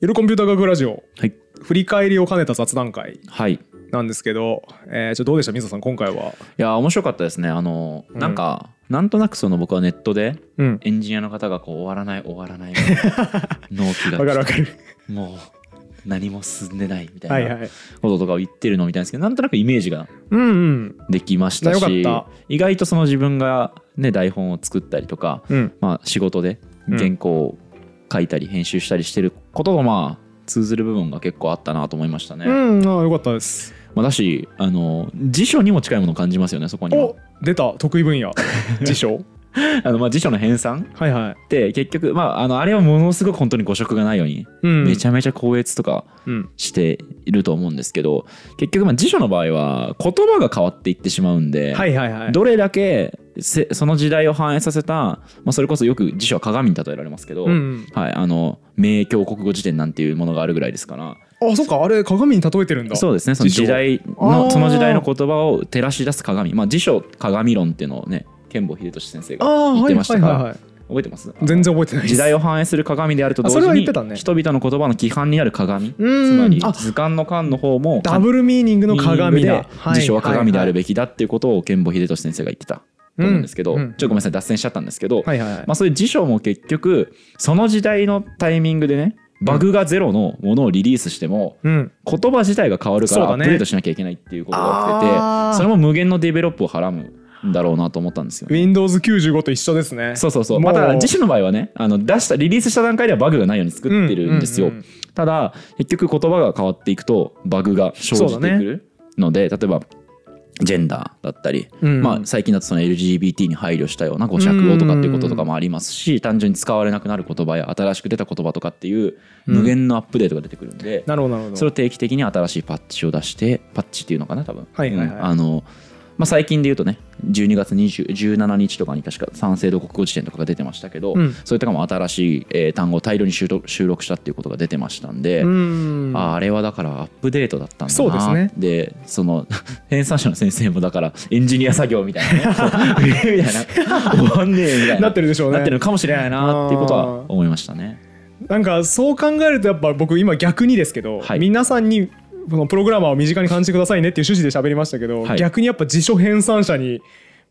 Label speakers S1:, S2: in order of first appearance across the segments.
S1: ゆるコンピュータ学ラジオ
S2: はい。
S1: 振り返りを兼ねた雑談会
S2: はい。い
S1: なんですけど、えー、ちょっとどうでした水野さん今回は
S2: や、面白かったですね。あの、なんか、なんとなくその僕はネットで
S1: うん
S2: エンジニアの方がこう終わらない終わらないみたい な納期
S1: わかる
S2: が
S1: わ かる
S2: もう何も進んでないみた
S1: はいい
S2: な
S1: はい
S2: こととかを言ってるのみたいなんですけどなんとなくイメージが
S1: うんうん
S2: できました
S1: い
S2: し
S1: やよかっ
S2: 意外とその自分がね台本を作ったりとか、
S1: うん
S2: まあ、仕事で原稿を書いたり編集したりしてることがまあ通ずる部分が結構あったなと思いましたね、
S1: うんああよかったです
S2: まあ、だしあの辞書にも近いものを感じますよねそこに
S1: お
S2: も
S1: 出た得意分 野辞書
S2: あの、まあ、辞書の編纂
S1: はいはい
S2: って結局、まあ、あのあれはものすごく本当に誤植がないように、
S1: うん
S2: めちゃめちゃ高閲とか
S1: うん
S2: していると思うんですけど結局まあ辞書の場合は言葉が変わっていってしまうんで、
S1: はいはいはい
S2: どれだけせその時代を反映させた、まあ、それこそよく辞書は鏡に例えられますけど、
S1: うん
S2: はい、あの明教国語辞典なんていうものがあるぐらいですから
S1: あそっかあれ鏡に例えてるんだ
S2: そうですねその
S1: 辞書
S2: 時代
S1: あー
S2: のその時代の言葉を照らし出す鏡、まあ、辞書鏡論っていうのをね剣坊秀俊先生
S1: あ
S2: が
S1: あ
S2: 言
S1: は
S2: っ
S1: い
S2: て
S1: は
S2: ました
S1: い
S2: から、
S1: はいはい
S2: 覚えてます
S1: 全然覚えてないです
S2: 時代を反映する鏡であると同
S1: あそれ
S2: 時
S1: は言っ
S2: に
S1: てたね
S2: 人々の言葉の規範になる鏡つ
S1: うん
S2: まり
S1: あ
S2: 図鑑の鑑の方も
S1: ダブルミーニングの鏡だ
S2: で辞書は鏡である
S1: べ
S2: べきだっていうことを剣保秀俊先生が言ってたと思うんですけど
S1: う
S2: ち
S1: ん
S2: ょ
S1: う
S2: っ
S1: ん
S2: とごめんなさい脱線しちゃったんですけ
S1: は
S2: ど
S1: いはいはい
S2: まあそういう辞書も結局その時代のタイミングでねバグがゼロのものをリリースしても
S1: うん
S2: 言葉自体が変わるから
S1: そうだ
S2: アッ
S1: ね
S2: プデートしなきゃいけないっていうことが起きてて
S1: あー
S2: それも無限のデベロップをはらむんだろうなと思ったんですよね
S1: Windows95 と一緒ですね
S2: そうそうそう
S1: も
S2: また自主の場合はねあの出したリリースした段階ではバグがないように作ってるんですよ、
S1: うんうんうん
S2: ただ結局言葉が変わっていくとバグが生
S1: そ
S2: じ
S1: う
S2: て
S1: だね
S2: くるので、例えばジェンダーだったり、
S1: うん
S2: まあ、最近だとその LGBT に配慮したような語釈語とかっていうこととかもありますし、単純に使われなくなる言葉や新しく出た言葉とかっていう無限のアップデートが出てくるんで、
S1: なるほどなるほ
S2: そ
S1: ど
S2: れを定期的に新しいパッチを出してパッチっていうのかな多分、
S1: はいはいはい
S2: うんあのまあ、最近で言うとね12月20 17日とかに確か三省堂国語辞典とかが出てましたけど、
S1: うん
S2: それとかも新しい、えー単語を大量に収録収録したっていうことが出てましたんで、
S1: うん
S2: ああれはだからアップデートだったんだな
S1: そうですね
S2: でその 編纂者の先生もだからエンジニア作業みたい なねそうえみたいな終わんねえみたいな
S1: なってるでしょうね
S2: なってるのかもしれないなっていうことは思いましたね。
S1: なんかそう考えるとやっぱ僕今逆にですけど、
S2: はい
S1: 皆さんにこのプログラマーを身近に感じてくださいねっていう趣旨で喋りましたけど、
S2: はい
S1: 逆にやっぱ辞書編纂者に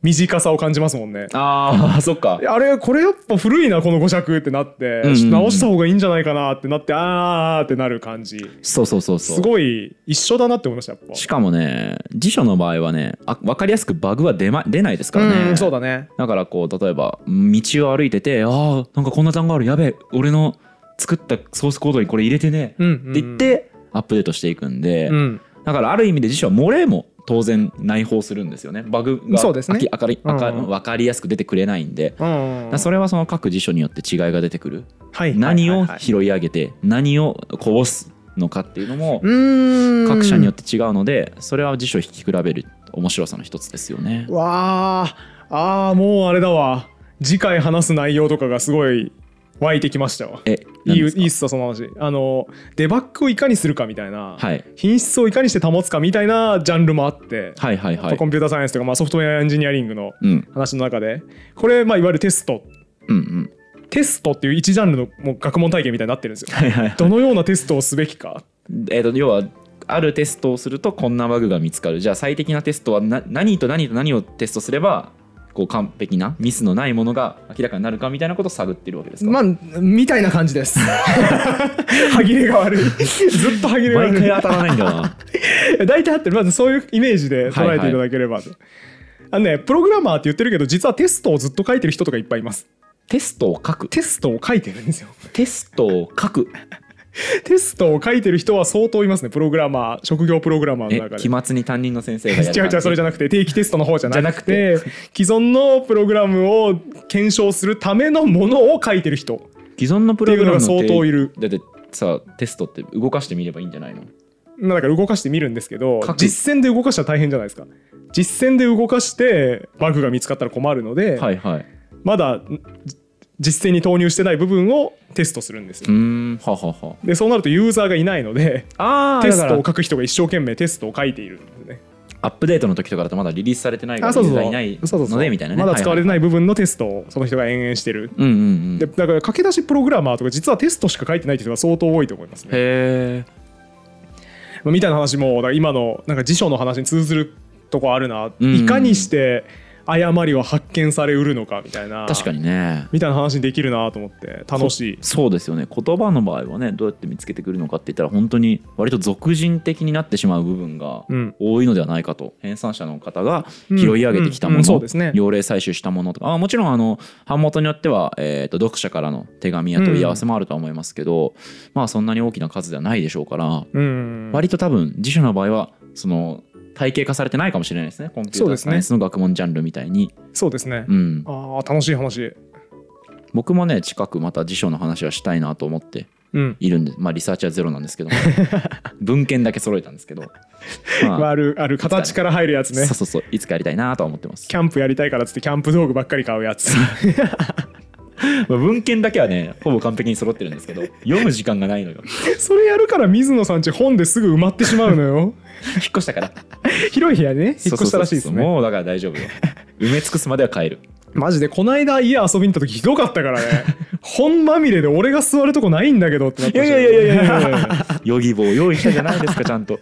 S1: 短さを感じますもんね。
S2: ああそっか
S1: あれこれやっぱ古いなこの語尺ってなって、
S2: うんうんうん
S1: ちょっと直した方がいいんじゃないかなってなってあーってなる感じ
S2: そうそうそうそう
S1: すごい一緒だなって思いましたやっぱ。
S2: しかもね辞書の場合はねあ分かりやすくバグは出,、ま、出ないですからね、
S1: うんそうだね。
S2: だからこう例えば道を歩いててああなんかこんな単語あるやべえ俺の作ったソースコードにこれ入れてね、
S1: うんうんうん
S2: って言ってアップデートしていくんで、
S1: うん
S2: だからある意味で辞書は漏れも当然内包するんですよねバグが
S1: そうですね
S2: あきあかりあか
S1: うんうん
S2: 分かりやすく出てくれないんで、だか
S1: うんうん
S2: らそれはその各辞書によって違いが出てくる、
S1: はい
S2: 何
S1: はい
S2: を
S1: はいはい
S2: 拾い上げて何をこぼすのかっていうのも、
S1: うーん
S2: 各社によって違うのでそれは辞書を引き比べる面白さの一つですよね。
S1: わああーもうあれだわ次回話す内容とかがすごい湧いてきましたわ
S2: え
S1: いいい
S2: 何ですか
S1: いっすわその話あのデバッグをいかにするかみたいな、
S2: はい
S1: 品質をいかにして保つかみたいなジャンルもあって、
S2: はいはいはい
S1: コ。ンピューターサイエンスとか、まあ、ソフトウェアエンジニアリングの
S2: うん
S1: 話の中でこれ、まあ、いわゆるテスト
S2: うんうん。
S1: テストっていう一ジャンルのもう学問体系みたいになってるんですよ
S2: はいはい。
S1: どのようなテストをすべきか
S2: えっと要はあるテストをするとこんなバグが見つかるじゃあ最適なテストはな何と何と何をテストすればこう完璧なミスのないものが明らかになるかみたいなことを探ってるわけですか。
S1: あみたいな感じです 歯切れが悪いずっと歯切れが悪い
S2: 毎回当たらないんだな。
S1: 大体合ってるまずそういうイメージで捉えていただければ、あのねプログラマーって言ってるけど実はテストをずっと書いてる人とかいっぱいいます
S2: テストを書く
S1: テストを書いてるんですよ
S2: テストを書く
S1: テストを書いてる人は相当いますねプログラマー職業プログラマー
S2: え
S1: の中で
S2: 期末に担任の先生がやる
S1: 違う違うそれじゃ
S2: ゃ
S1: なくて定期テストの方じゃなく
S2: じ
S1: て既存のプログラムを検証するためのものを書いてる人
S2: 既存のプログラムの
S1: っていうのが相当いる
S2: だってさテストって動かしてみればいいんじゃないの
S1: まあだから動かしてみるんですけど
S2: 書く
S1: 実践で動かしたら大変じゃないですか実践で動かしてバグが見つかったら困るので、
S2: はいはい
S1: まだん実践に投入してない部分をテストするんですよ
S2: うーんははは
S1: でそうなるとユーザーがいないので
S2: あ
S1: テストを
S2: か
S1: 書く人が一生懸命テストを書いているんですね
S2: アップデートの時とかだとまだリリースされてないから
S1: あそう
S2: ユ
S1: そ
S2: ー
S1: うそ
S2: ザ
S1: う
S2: ーいない
S1: そうそうそ
S2: の
S1: う
S2: でみたいなね
S1: まだ使われて
S2: は
S1: ない部分のテストをその人が延々してる、
S2: いはいうんうんう
S1: で
S2: んへ
S1: だから駆け出しプログラマーとか実はテストしか書いてないっていうのが相当多いと思いますね
S2: え
S1: まあみたいな話もだから今のなんか辞書の話に通ずるとこあるな、
S2: うん
S1: いかにして誤りは発見されうるのかみたいな
S2: 確かにね
S1: みたいな話にできるなと思って楽しい
S2: そそうですよね言葉の場合はねどうやって見つけてくるのかって言ったら本当に割と俗人的になってしまう部分が
S1: うん
S2: 多いのではないかと編纂者の方が拾い上げてきたも
S1: うんうんうんそ
S2: の
S1: うですね
S2: 用例採集したものとかあもちろんあの版元によっては、えー、と読者からの手紙や問い合わせもあるとは思いますけど、まあそんなに大きな数ではないでしょうから
S1: うん
S2: 割と多分辞書の場合はその体系化されてないかもしれないですねコンピュー
S1: そう
S2: ター
S1: です
S2: サ
S1: ね
S2: イエンスの学問ジャンルみたいに。
S1: そうですね
S2: う、ん
S1: ああ楽しい話
S2: 僕もね近くまた辞書の話はしたいなと思って
S1: うん
S2: いるんでまあリサーチはゼロなんです けど文献だけ揃えたんですけど、まあ
S1: まああるある形から入るやつね
S2: そうそうそういつかやりたいなとは思ってます
S1: キャンプやりたいからっつってキャンプ道具ばっかり買うやつ
S2: まあ文献だけはねほぼ完璧に揃ってるんですけど読む時間がないのよ
S1: それやるから水野さんち本ですぐ埋まってしまうの よ
S2: 引っ越したから
S1: 広い部屋にね引っ越したらしいです
S2: そうそうそう
S1: ね
S2: もうだから大丈夫よ埋め尽くすまでは帰る
S1: マジでこないだ家遊びに行った時ひどかったから ね本まみれで俺が座るとこないんだけどってなってましたよ
S2: いやいやいやヨギボー用意したじゃないですかちゃんと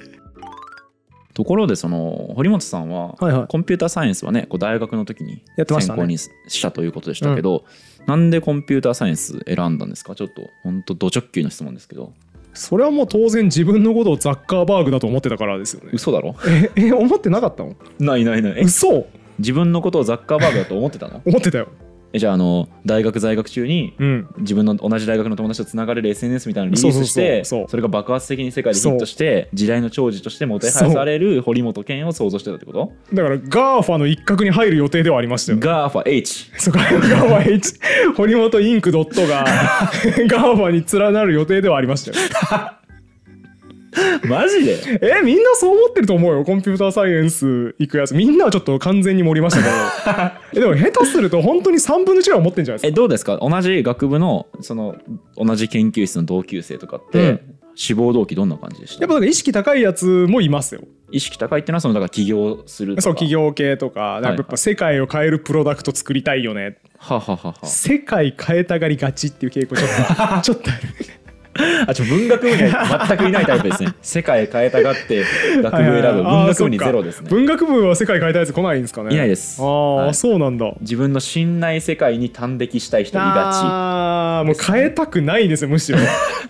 S2: ところでその堀本さんは、
S1: はいはい
S2: コンピューターサイエンスはねこう大学の時に
S1: やってました
S2: 専
S1: ね
S2: 攻にしたということでしたけど、なんでコンピューターサイエンス選んだんですかちょっと本当ド直球の質問ですけど
S1: それはもう当然自分のことをザッカーバーグだと思ってたからですよね
S2: 嘘だろ
S1: ええ思ってなかったの
S2: ないないないえ
S1: 嘘
S2: 自分のことをザッカーバーグだと思ってたの
S1: 思ってたよ
S2: えじゃああの大学在学中に
S1: うん
S2: 自分の同じ大学の友達とつながれる SNS みたいなのをリリースし
S1: そうそうそう
S2: て
S1: そう
S2: それが爆発的に世界でヒットして時代の寵児としてもてはやされる堀本健を想像してたってこと
S1: だからガーファの一角に入る予定ではありましたよ
S2: ガーフ ァ H
S1: そこら辺が YH 堀本インクドット がガーファに連なる予定ではありましたよ
S2: マジで
S1: えみんなそう思ってると思うよコンピューターサイエンス行くやつみんなはちょっと完全に盛りました けどえでも下手すると本当に3分の1ぐらい思ってんじゃないです
S2: えどうですか同じ学部のその同じ研究室の同級生とかって、
S1: うん
S2: 志望動機どんな感じで
S1: か
S2: し
S1: や
S2: た
S1: っぱなんか意識高いやつもいますよ
S2: 意識高いっていうのはそのだから起業するとか
S1: そう企業系とかなんかやっぱ世界を変えるプロダクト作りたいよね
S2: はははは
S1: 世界変えたがりがちっていう傾向ちょっ とちょっとある
S2: あちょ文学部には全くいないタイプで すね世界変えたがって学部選ぶ文学部にゼロです
S1: あーそっか
S2: ね
S1: 文学部は世界変えたやつ来ないんですかね
S2: いないです
S1: ああ、
S2: はい
S1: そうなんだ
S2: 自分の信ない世界に端的したい人いが
S1: ああもう変えたくないですよむ しろ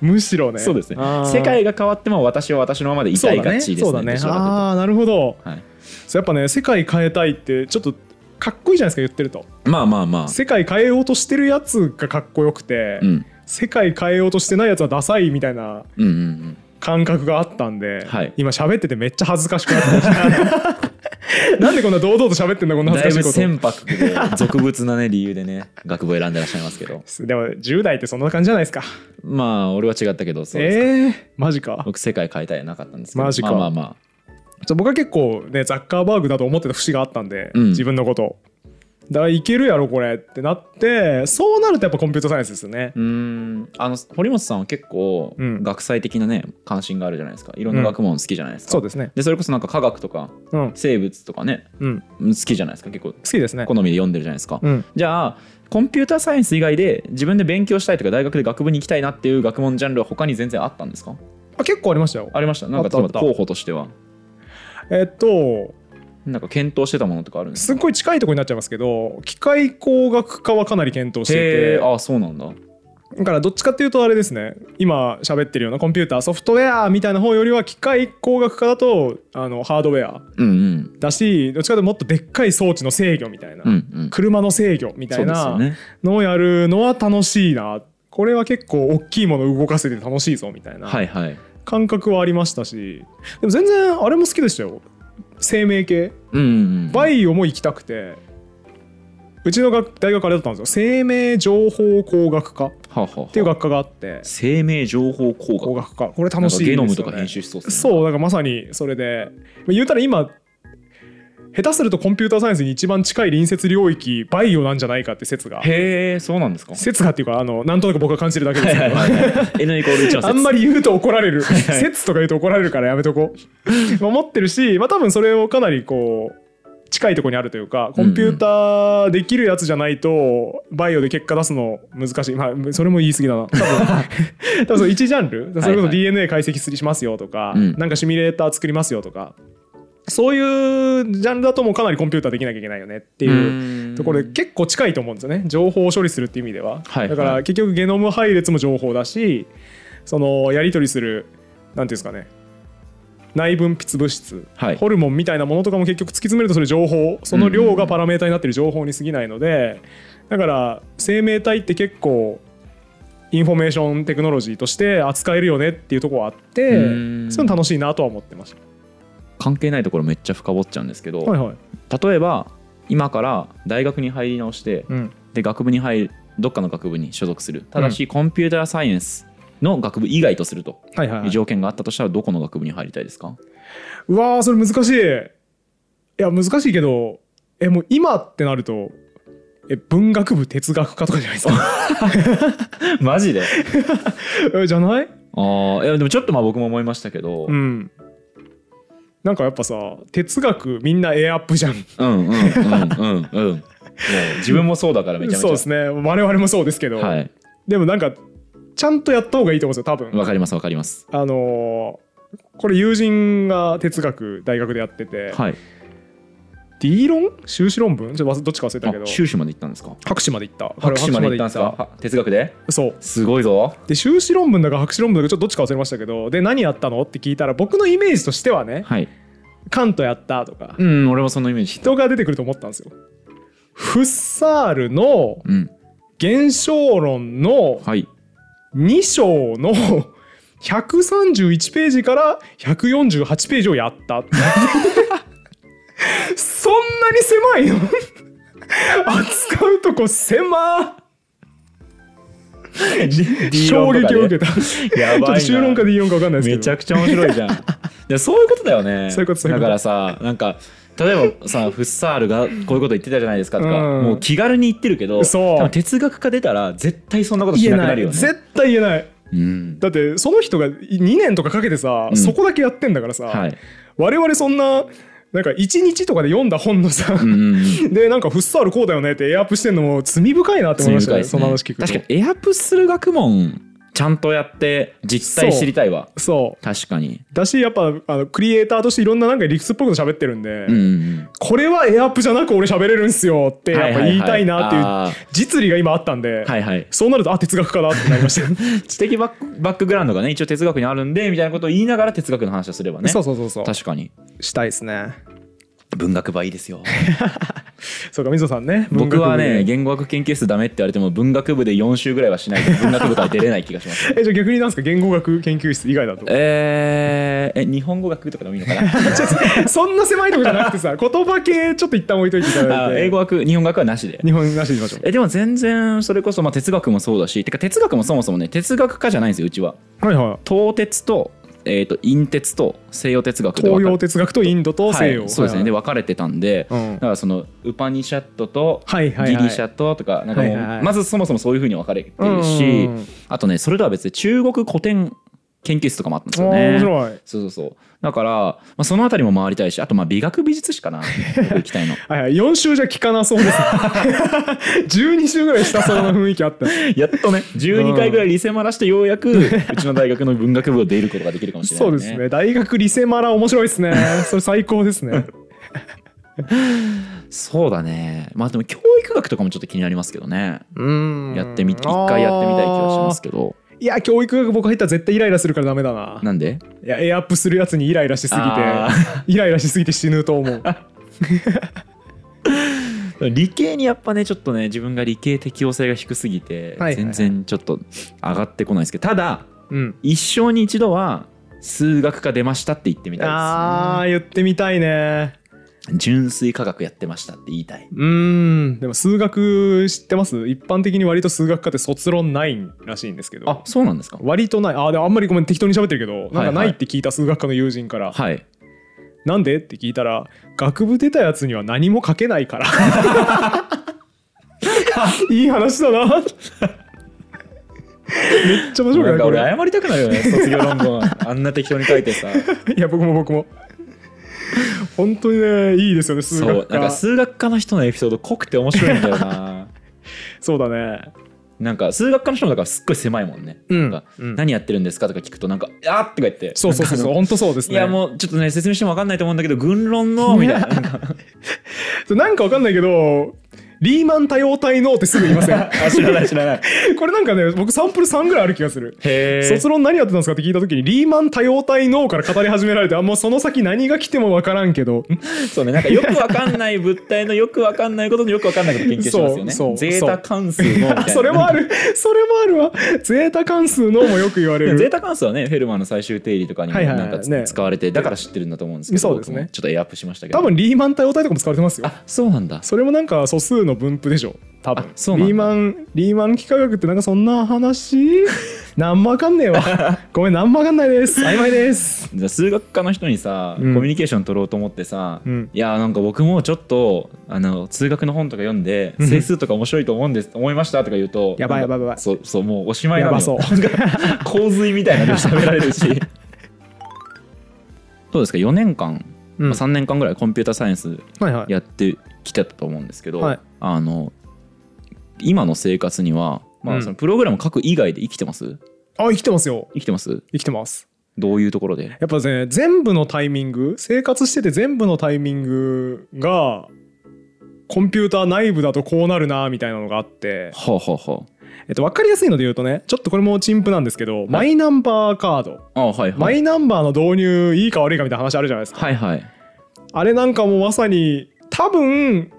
S1: むしろね
S2: ちそうですね
S1: あー
S2: 世界が変わっても私は私のままでいたいがちですね
S1: そうだね
S2: どち
S1: そう
S2: ら
S1: だね
S2: かというと
S1: ああなるほど
S2: はい
S1: そうやっぱね世界変えたいってちょっとかっこいいじゃないですか言ってると
S2: まあまあまあ
S1: 世界変えようとしてるやつがかっこよくて、
S2: うん
S1: 世界変えようとしてないやつはダサいみたいな
S2: うんうんうん
S1: 感覚があったんで、
S2: はい
S1: 今喋っててめっちゃ恥ずかしくなってま したなんでこんな堂々と喋ってんだこんな
S2: だい
S1: 恥ず
S2: ぶ
S1: かしいこ
S2: 船舶で俗物なね理由でね学部を選んでらっしゃいますけど
S1: とでも10代ってそんな感じじゃないですか
S2: まあ俺は違ったけどそうですか、
S1: えー、マジか
S2: 僕世界変えたいはなかったんですけど
S1: マジか
S2: まあまあまあ
S1: ちょ僕は結構ねザッカーバーグだと思ってた節があったんで、
S2: うん
S1: 自分のことだからいけるやろこれってなってそうなるとやっぱコンピューターサイエンスですよね
S2: うーんあの堀本さんは結構
S1: うん
S2: 学際的なね関心があるじゃないですかいろんな学問好きじゃないですか、
S1: そうですね
S2: でそれこそなんか科学とか
S1: うん
S2: 生物とかね
S1: うん好
S2: 好きじゃないですか結構
S1: きですね
S2: 好みで読んでるじゃないですか、
S1: うん
S2: じゃあコンピューターサイエンス以外で自分で勉強したいとか大学で学部に行きたいなっていう学問ジャンルは他に全然あったんですか
S1: あ結構ありましたよ
S2: ありましたなんか
S1: あったあった
S2: 例えば候補としては
S1: えっと
S2: なんか検討してたものとかあるんです
S1: すっごい近いところになっちゃいますけど機械工学科はかなり検討し
S2: か
S1: てい
S2: へ
S1: て
S2: ーあそうなんだう
S1: だからどっちかっていうとあれですね今喋ってるようなコンピューターソフトウェアみたいな方よりは機械工学科だとあのハードウェア
S2: んうん
S1: だしどっちかというともっとでっかい装置の制御みたいな、
S2: うんうん
S1: 車の制御みた
S2: そ
S1: いう
S2: ですよ
S1: な
S2: ね
S1: のをやるのは楽しいなこれは結構大きいもの動かせて楽しいぞみたいな
S2: はいはい
S1: 感覚はありましたしでも全然あれも好きでしたよ生命系
S2: うんうん
S1: バイオも行きたくてうちの学大学あれだったんですよ生命情報工学科っ
S2: はあはあはあ
S1: ていう学科があって
S2: 生命情報工
S1: 工
S2: 学
S1: 学科これ
S2: な
S1: 楽
S2: ん
S1: し
S2: か
S1: いです
S2: ゲ
S1: よ、ね、
S2: ノムとか編集しそうですね
S1: そうだからまさにそれで言うたら今下手するとコンピューターサイエンスに一番近い隣接領域バイオなんじゃないかって説が
S2: へえそうなん ですか
S1: 説がっていうかあのなんとなく僕が感じてるだけですけど
S2: N イコール1の説
S1: あんま
S2: り
S1: り言うと怒られる
S2: い
S1: 説とか言うと怒られるからやめとこう 思ってるしまあ多分それをかなりこう近いところにあるというかコンピューターできるやつじゃないとバイオで結果出すの難しいまあそれも言い過ぎだな 多分多分その1ジャンルそれこ
S2: はいは
S1: そ
S2: い
S1: DNA 解析しますよとか
S2: うん
S1: なんかシミュレーター作りますよとかそういうジャンルだともうかなりコンピューターできなきゃいけないよねっていうところで結構近いと思うんですよね情報を処理するっていう意味では、
S2: はい
S1: だから
S2: は
S1: 結局ゲノム配列も情報だしそのやり取りするなんていうんですかね内分泌物質、
S2: はい
S1: ホルモンみたいなものとかも結局突き詰めるとそれ情報その量がパラメータになってる情報に過ぎないので、だから生命体って結構インフォメーションテクノロジーとして扱えるよねっていうところはあってそう
S2: う
S1: い
S2: ん
S1: うの楽しいなとは思ってまし
S2: 関係ないところめっちゃ深掘っちゃうんですけど、
S1: た。はいはい
S2: 例えば今から大学に入り直して
S1: うん
S2: で学部に入るどっかの学部に所属するただし、コンピューターサイエンスの学部以外とすると
S1: はいはいはい
S2: いう条件があったとしたらどこの学部に入りたいですか
S1: うわーそれ難しいいや難しいけどえもう今ってなるとえ文学部哲学科とかじゃないです か
S2: マジで
S1: えじゃない
S2: あーいやでもちょっとまあ僕も思いましたけど、う、
S1: うんんなんかやっぱさ哲学みんなエアアップじゃん
S2: うんうんうんうんもう自分もそうだからめちゃめちゃ
S1: そうですね我々もそうですけど、
S2: はい
S1: でもなんかちゃんとやった方がいいと思うんですよ多分
S2: わかりますわかります
S1: あのーこれ友人が哲学大学でやってて、
S2: はい
S1: ディーロン修士論文ちょっと忘れどっちか忘れたけど
S2: あ修士まで行ったんですか
S1: 博士まで行った
S2: 博士まで行ったんです
S1: 博士まで行
S2: かあ哲学で
S1: ったそう
S2: すごいぞ
S1: で修士論文だか博士論文だかちょっとどっちか忘れましたけどで何やったのって聞いたら僕のイメージとしてはね
S2: はい
S1: カントやったとか
S2: うん俺もそのイメージ
S1: 人が出てくると思ったんですよ。フッサールの
S2: うん
S1: 現象論の
S2: はい
S1: 2章の131ページから148ページをやったって そんなに狭いの扱うとこ狭衝撃を受けたち
S2: やばい
S1: ょっと修論か D4 か分かんないですけど
S2: めちゃくちゃ面白 いじゃんでそういうことだよね
S1: そういうことそういうこと
S2: だからさなんか例えばさフッサールがこういうこと言ってたじゃないですかとか、
S1: うん
S2: もう気軽に言ってるけど
S1: そう
S2: 多分哲学家出たら絶対そんなことし
S1: 言え
S2: なく
S1: な
S2: ないるよね
S1: 絶対言えない
S2: うん、
S1: だってその人が2年とかかけてさ、
S2: うん
S1: そこだけやってんだからさ、
S2: はい、
S1: 我々そんななんか1日とかで読んだ本のさ、
S2: うんうんうん
S1: でなんか「フッサールこうだよね」ってエアアップしてんのも罪深いなって思いましたね
S2: 罪深いです
S1: そ
S2: ね
S1: の話聞くと
S2: 確かにエアプする学問ちゃんとやって実態知りたいわ
S1: そ
S2: 確かに
S1: うだしやっぱあのクリエイターとしていろんななんか理屈っぽいこと喋ってるんで、
S2: うんうん
S1: これはエアアップじゃなく俺喋れるんすよってやっぱ言いたいなって
S2: はいはいはいあ
S1: いう実利が今あったんで、
S2: はいはい
S1: そうなるとあ哲学家だってなりました、
S2: 知的バックバックグラウンドがね一応哲学にあるんでみたいなことを言いながら哲学の話をすれば ね
S1: そうそうそうそう
S2: 確かに
S1: したいですね
S2: 文学はいいですよ
S1: そうか水野さんね文
S2: 僕
S1: 学部
S2: は
S1: で
S2: ね言語学研究室ダメって言われても文学部で4週ぐらいはしないと文学部から出れない気がします
S1: えじゃあ逆になんですか言語学研究室以外だと
S2: えー、え日本語学とかでもいいのか な
S1: ちょっとそんな狭いとこじゃなくてさ言葉系ちょっと一旦置いといていただい
S2: あ
S1: て
S2: 英語学日本学はなしで
S1: 日本なしにしましょ
S2: えでも全然それこそ、まあ、哲学もそうだしてか哲学もそもそもね哲学科じゃないんですようちは
S1: うはいはい
S2: 東哲と,、えー、と陰哲と西洋哲学で
S1: 東
S2: 分か
S1: 洋
S2: れ
S1: 哲学とインドと西洋、
S2: はい、そうですね、で
S1: は
S2: 分かれてたんで、
S1: うん
S2: だからそのウパニシャットと
S1: はいはいはい
S2: ギリシャととかなんかも
S1: は
S2: う
S1: いはいはい
S2: まずそもそもそういうふうに分かれてる
S1: うん
S2: し、
S1: うんうん
S2: あとねそれとは別で中国古典研究室とかもあったんです
S1: い
S2: よ
S1: おー
S2: ね
S1: 面。白い
S2: そうそうそうだから、まあ、その辺りも回りたいしあとまあ美学美術 史かな僕行きたいの
S1: はいはい、4週じゃ聞かなそうです 12週ぐらいしたそうな雰囲気あった
S2: やっとね12回ぐらいリセマラしてようやくうちの大学の文学部を出ることができるかもしれな
S1: そ
S2: いう
S1: ですね大学リセマラ面白いですねそれ最高ですね
S2: そうだねまあでも教育学とかもちょっと気になりますけどね
S1: うん
S2: やってみ一回やってみたい気がしますけど
S1: あーいや教育学僕入ったら絶対イライラするからダメだな
S2: なんで
S1: いやエアアップするやつにイライラしすぎて
S2: あ
S1: イライラしすぎて死ぬと思 う
S2: 理系にやっぱねちょっとね自分が理系適応性が低すぎて
S1: はいはい
S2: 全然ちょっと上がってこないですけどただ
S1: うん
S2: 一生に一度は数学科出ましたって言ってみたい
S1: あー言ってみたいね
S2: です純粋科学やってましたって言いたいう
S1: ーんでも数学知ってます一般的に割と数学科って卒論ないらしいんですけど
S2: あそうなんですか
S1: 割とないあでもあんまりごめん適当に喋ってるけどなん
S2: はい
S1: か
S2: はい
S1: ないって聞いた数学科の友人から、
S2: はい
S1: なんでって聞いたら学部出たやつには何も書けないから いい話だ なめっちゃ面白くな
S2: ないんか
S1: これ
S2: 俺謝りたくな るよね卒業論文あんな適当に書いてさ
S1: いや僕も僕も本当にねいいですよね数
S2: そう
S1: 学
S2: な
S1: 科
S2: んか
S1: そう
S2: 数学科の人のエピソード濃くて面白いんだよな
S1: だね
S2: なんか数学科の人のだからすっごい狭いもんね、
S1: うん
S2: なんか
S1: うん
S2: 何やってるんですかとか聞くとなんか「あっ!」とか言って
S1: そうそうそう
S2: なんか
S1: そう
S2: あの
S1: 本当そうです
S2: い
S1: ね
S2: やもうちょっとね説明しても分かんないと思うんだけど軍 論のみたいななんか
S1: なんかわかんないけどリーマン多様体のってすぐ言いません
S2: あ知らない知らない
S1: これなんかね僕サンプル3ぐらいある気がする
S2: へえ
S1: 卒論何やってたんですかって聞いた時にリーマン多様体脳から語り始められてあもうその先何が来ても分からんけど
S2: そうね、なんかよくわかんない物体のよくわかんないことのよくわかんないこと研究してますよね。
S1: そうそう
S2: ゼータ関数のみたい な
S1: それもあるそれもあるわゼータ関数脳もよく言われ
S2: ゼー
S1: る
S2: タ関数はね、フェルマーの最終定理とかにも
S1: はいはいは
S2: ないんかつ
S1: ね
S2: 使われて、だから知ってるんだと思うんですけど、
S1: そうですね
S2: 僕もちょっとエアアップしましたけど。
S1: 多分リーマン多様体とかも使われてますよ
S2: あそうなんだ。
S1: それもなんか素数の分布でしょ多分
S2: あそうなんだ
S1: リーマンリーマン幾何学ってなんかそんな 話なんもわかんねえ わごめんなんもわかんないです曖昧です
S2: じゃあ数学科の人にさ、
S1: うん
S2: コミュニケーション取ろうと思ってさ、
S1: うん
S2: いやなんか僕もちょっとあの数学の本とか読んで
S1: うん
S2: 整数とか面白いと思うんです思いましたとか言うと
S1: やばいやばいやばい
S2: そうそうもうおしまいなのよ
S1: やばそう
S2: なんか洪水みたいなので喋られ るしどうですか4年間、
S1: うん
S2: まあ、3年間ぐらいコンピューターサイエンス
S1: はいはい
S2: やってきてたと思うんですけど、
S1: はい
S2: あの今の生活には、ま
S1: う
S2: あ、
S1: ん
S2: そのプログラム書く以外で生きてます
S1: あ生きてますよ
S2: 生きてます
S1: 生きてます
S2: どういうところで
S1: やっぱですね全部のタイミング生活してて全部のタイミングがコンピューター内部だとこうなるなみたいなのがあって、
S2: はあはあは
S1: えっと、分かりやすいので言うとねちょっとこれも陳腐なんですけど、マイナンバーカード、
S2: ああはいは
S1: マ
S2: い
S1: イナンバーの導入いいか悪いかみたいな話あるじゃないですか
S2: はいはい
S1: あれなんかもうまさに多分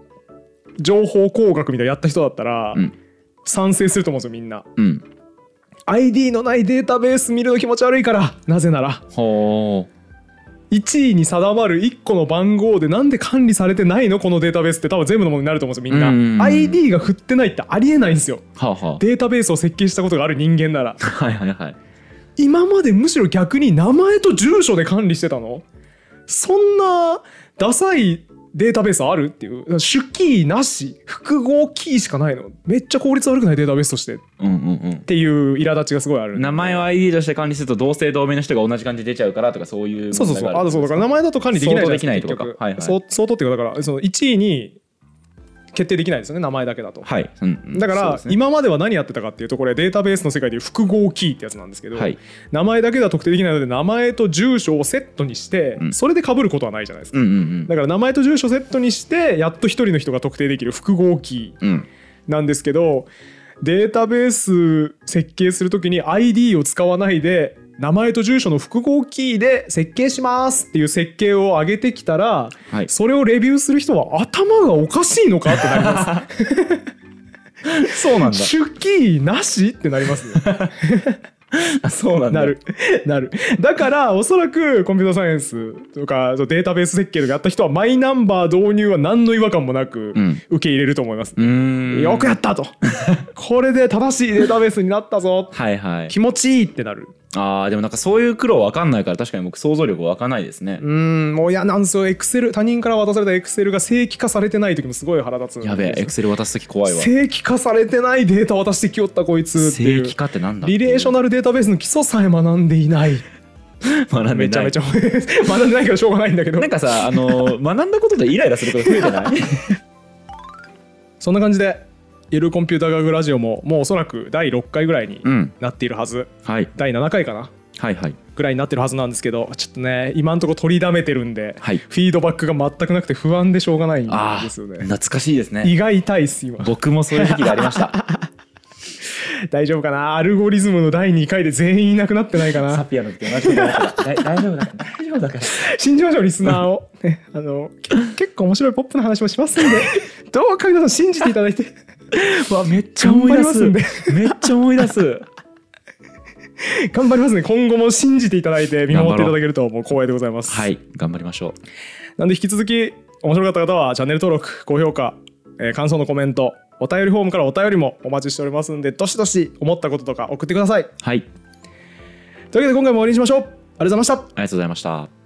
S1: 情報工学みたいなのやった人だったら、
S2: うん
S1: 賛成すると思うんですよみんな
S2: うん。
S1: ID のないデータベース見るの気持ち悪いからなぜなら
S2: ほ
S1: 1位に定まる1個の番号でなんで管理されてないのこのデータベースって多分全部のものになると思うんですよみ
S2: うんうん
S1: ん
S2: うん
S1: な ID が振ってないってありえないんですよ
S2: う。はあ、は
S1: データベースを設計したことがある人間なら
S2: あ。はいはいはい。
S1: 今までむしろ逆に名前と住所で管理してたのそんなダサいデータベースあるっていう主キーなし複合キーしかないのめっちゃ効率悪くないデータベースとしてっ
S2: うんうん
S1: ていう苛立ちがすごいあ
S2: う
S1: る
S2: ん。名前を ID として管理すると同姓同名の人が同じ感じで出ちゃうからとかそういう
S1: そうそうそう。あ、そうだから名前だと管理できないじゃないです
S2: 相当できないとか
S1: 結局
S2: はいはい
S1: そう相当っていうかだからその1位に決定できないですよね名前だけだと。
S2: はい、うんうん
S1: だから、
S2: そうですね
S1: 今までは何やってたかっていうとこれデータベースの世界でいう複合キーってやつなんですけど、
S2: はい
S1: 名前だけでは特定できないので名前と住所をセットにして、
S2: うん
S1: それで被ることはないじゃないですか、
S2: うんうん
S1: だから名前と住所セットにしてやっと一人の人が特定できる複合キー
S2: うんうん
S1: なんですけどデータベース設計するときに ID を使わないで名前と住所の複合キーで設計しますっていう設計を上げてきたら、
S2: はい
S1: それをレビューする人は頭がおかしいのかってなります
S2: そうなんだ
S1: 出勤なしってなりますね
S2: あ そうなんだ
S1: なるなるだからおそらくコンピューターサイエンスとかそうデータベース設計とかやった人はマイナンバー導入は何の違和感もなく
S2: うん
S1: 受け入れると思います、
S2: うーん
S1: よくやったとこれで正しいデータベースになったぞ
S2: はいはい
S1: 気持ちいいってなる
S2: あーでもなんかそういう苦労わかんないから確かに僕想像力わかんないですね
S1: うーんもう嫌なんですよエクセル他人から渡されたエクセルが正規化されてない時もすごい腹立つんですよ
S2: やべえエクセル渡す時怖いわ
S1: 正規化されてないデータ渡してきよったこいつってい
S2: 正
S1: う
S2: 規化ってなんだ
S1: リレーショナルデータベースの基礎さえ学んでいない
S2: 学んでない
S1: めちゃめちゃ 学んでないからしょうがないんだけど
S2: なんかさあの ー学んだことでイライラすること増えてない
S1: そんな感じで「ゆるコンピュータ学ラジオ」ももうおそらく第6回ぐらいに
S2: うん
S1: なっているはず、
S2: はい
S1: 第7回かな
S2: はいはい
S1: ぐらいになってるはずなんですけどちょっとね今んとこ取りだめてるんで、
S2: はい
S1: フィードバックが全くなくて不安でしょうがないん
S2: ああ
S1: ですよね
S2: 懐かしいですね
S1: 胃が痛いっす今
S2: 僕もそういう時期がありま した。
S1: 大丈夫かなアルゴリズムの第2回で全員いなくなってないか
S2: サ
S1: な
S2: ピアの時同じことだから。 大丈夫だから。大丈夫だから。
S1: 信じましょうリスナーを、ね、あのけ結構面白いポップな話もしますんでどうか皆さん信じていただいて
S2: わめっち
S1: ゃ思い出す
S2: めっちゃ思い出 す。
S1: 頑張りますね今後も信じていただいて見守っていただけるともう光栄でございます、
S2: はい、頑張りましょ。
S1: なんで引き続き面白かった方はチャンネル登録高評価、えー感想のコメントお便りフォームからお便りもお待ちしておりますんでどしどし思ったこととか送ってくださいう
S2: はい、あり
S1: というわけで今回も終わりにしましょうありがとうございました
S2: がとうございました。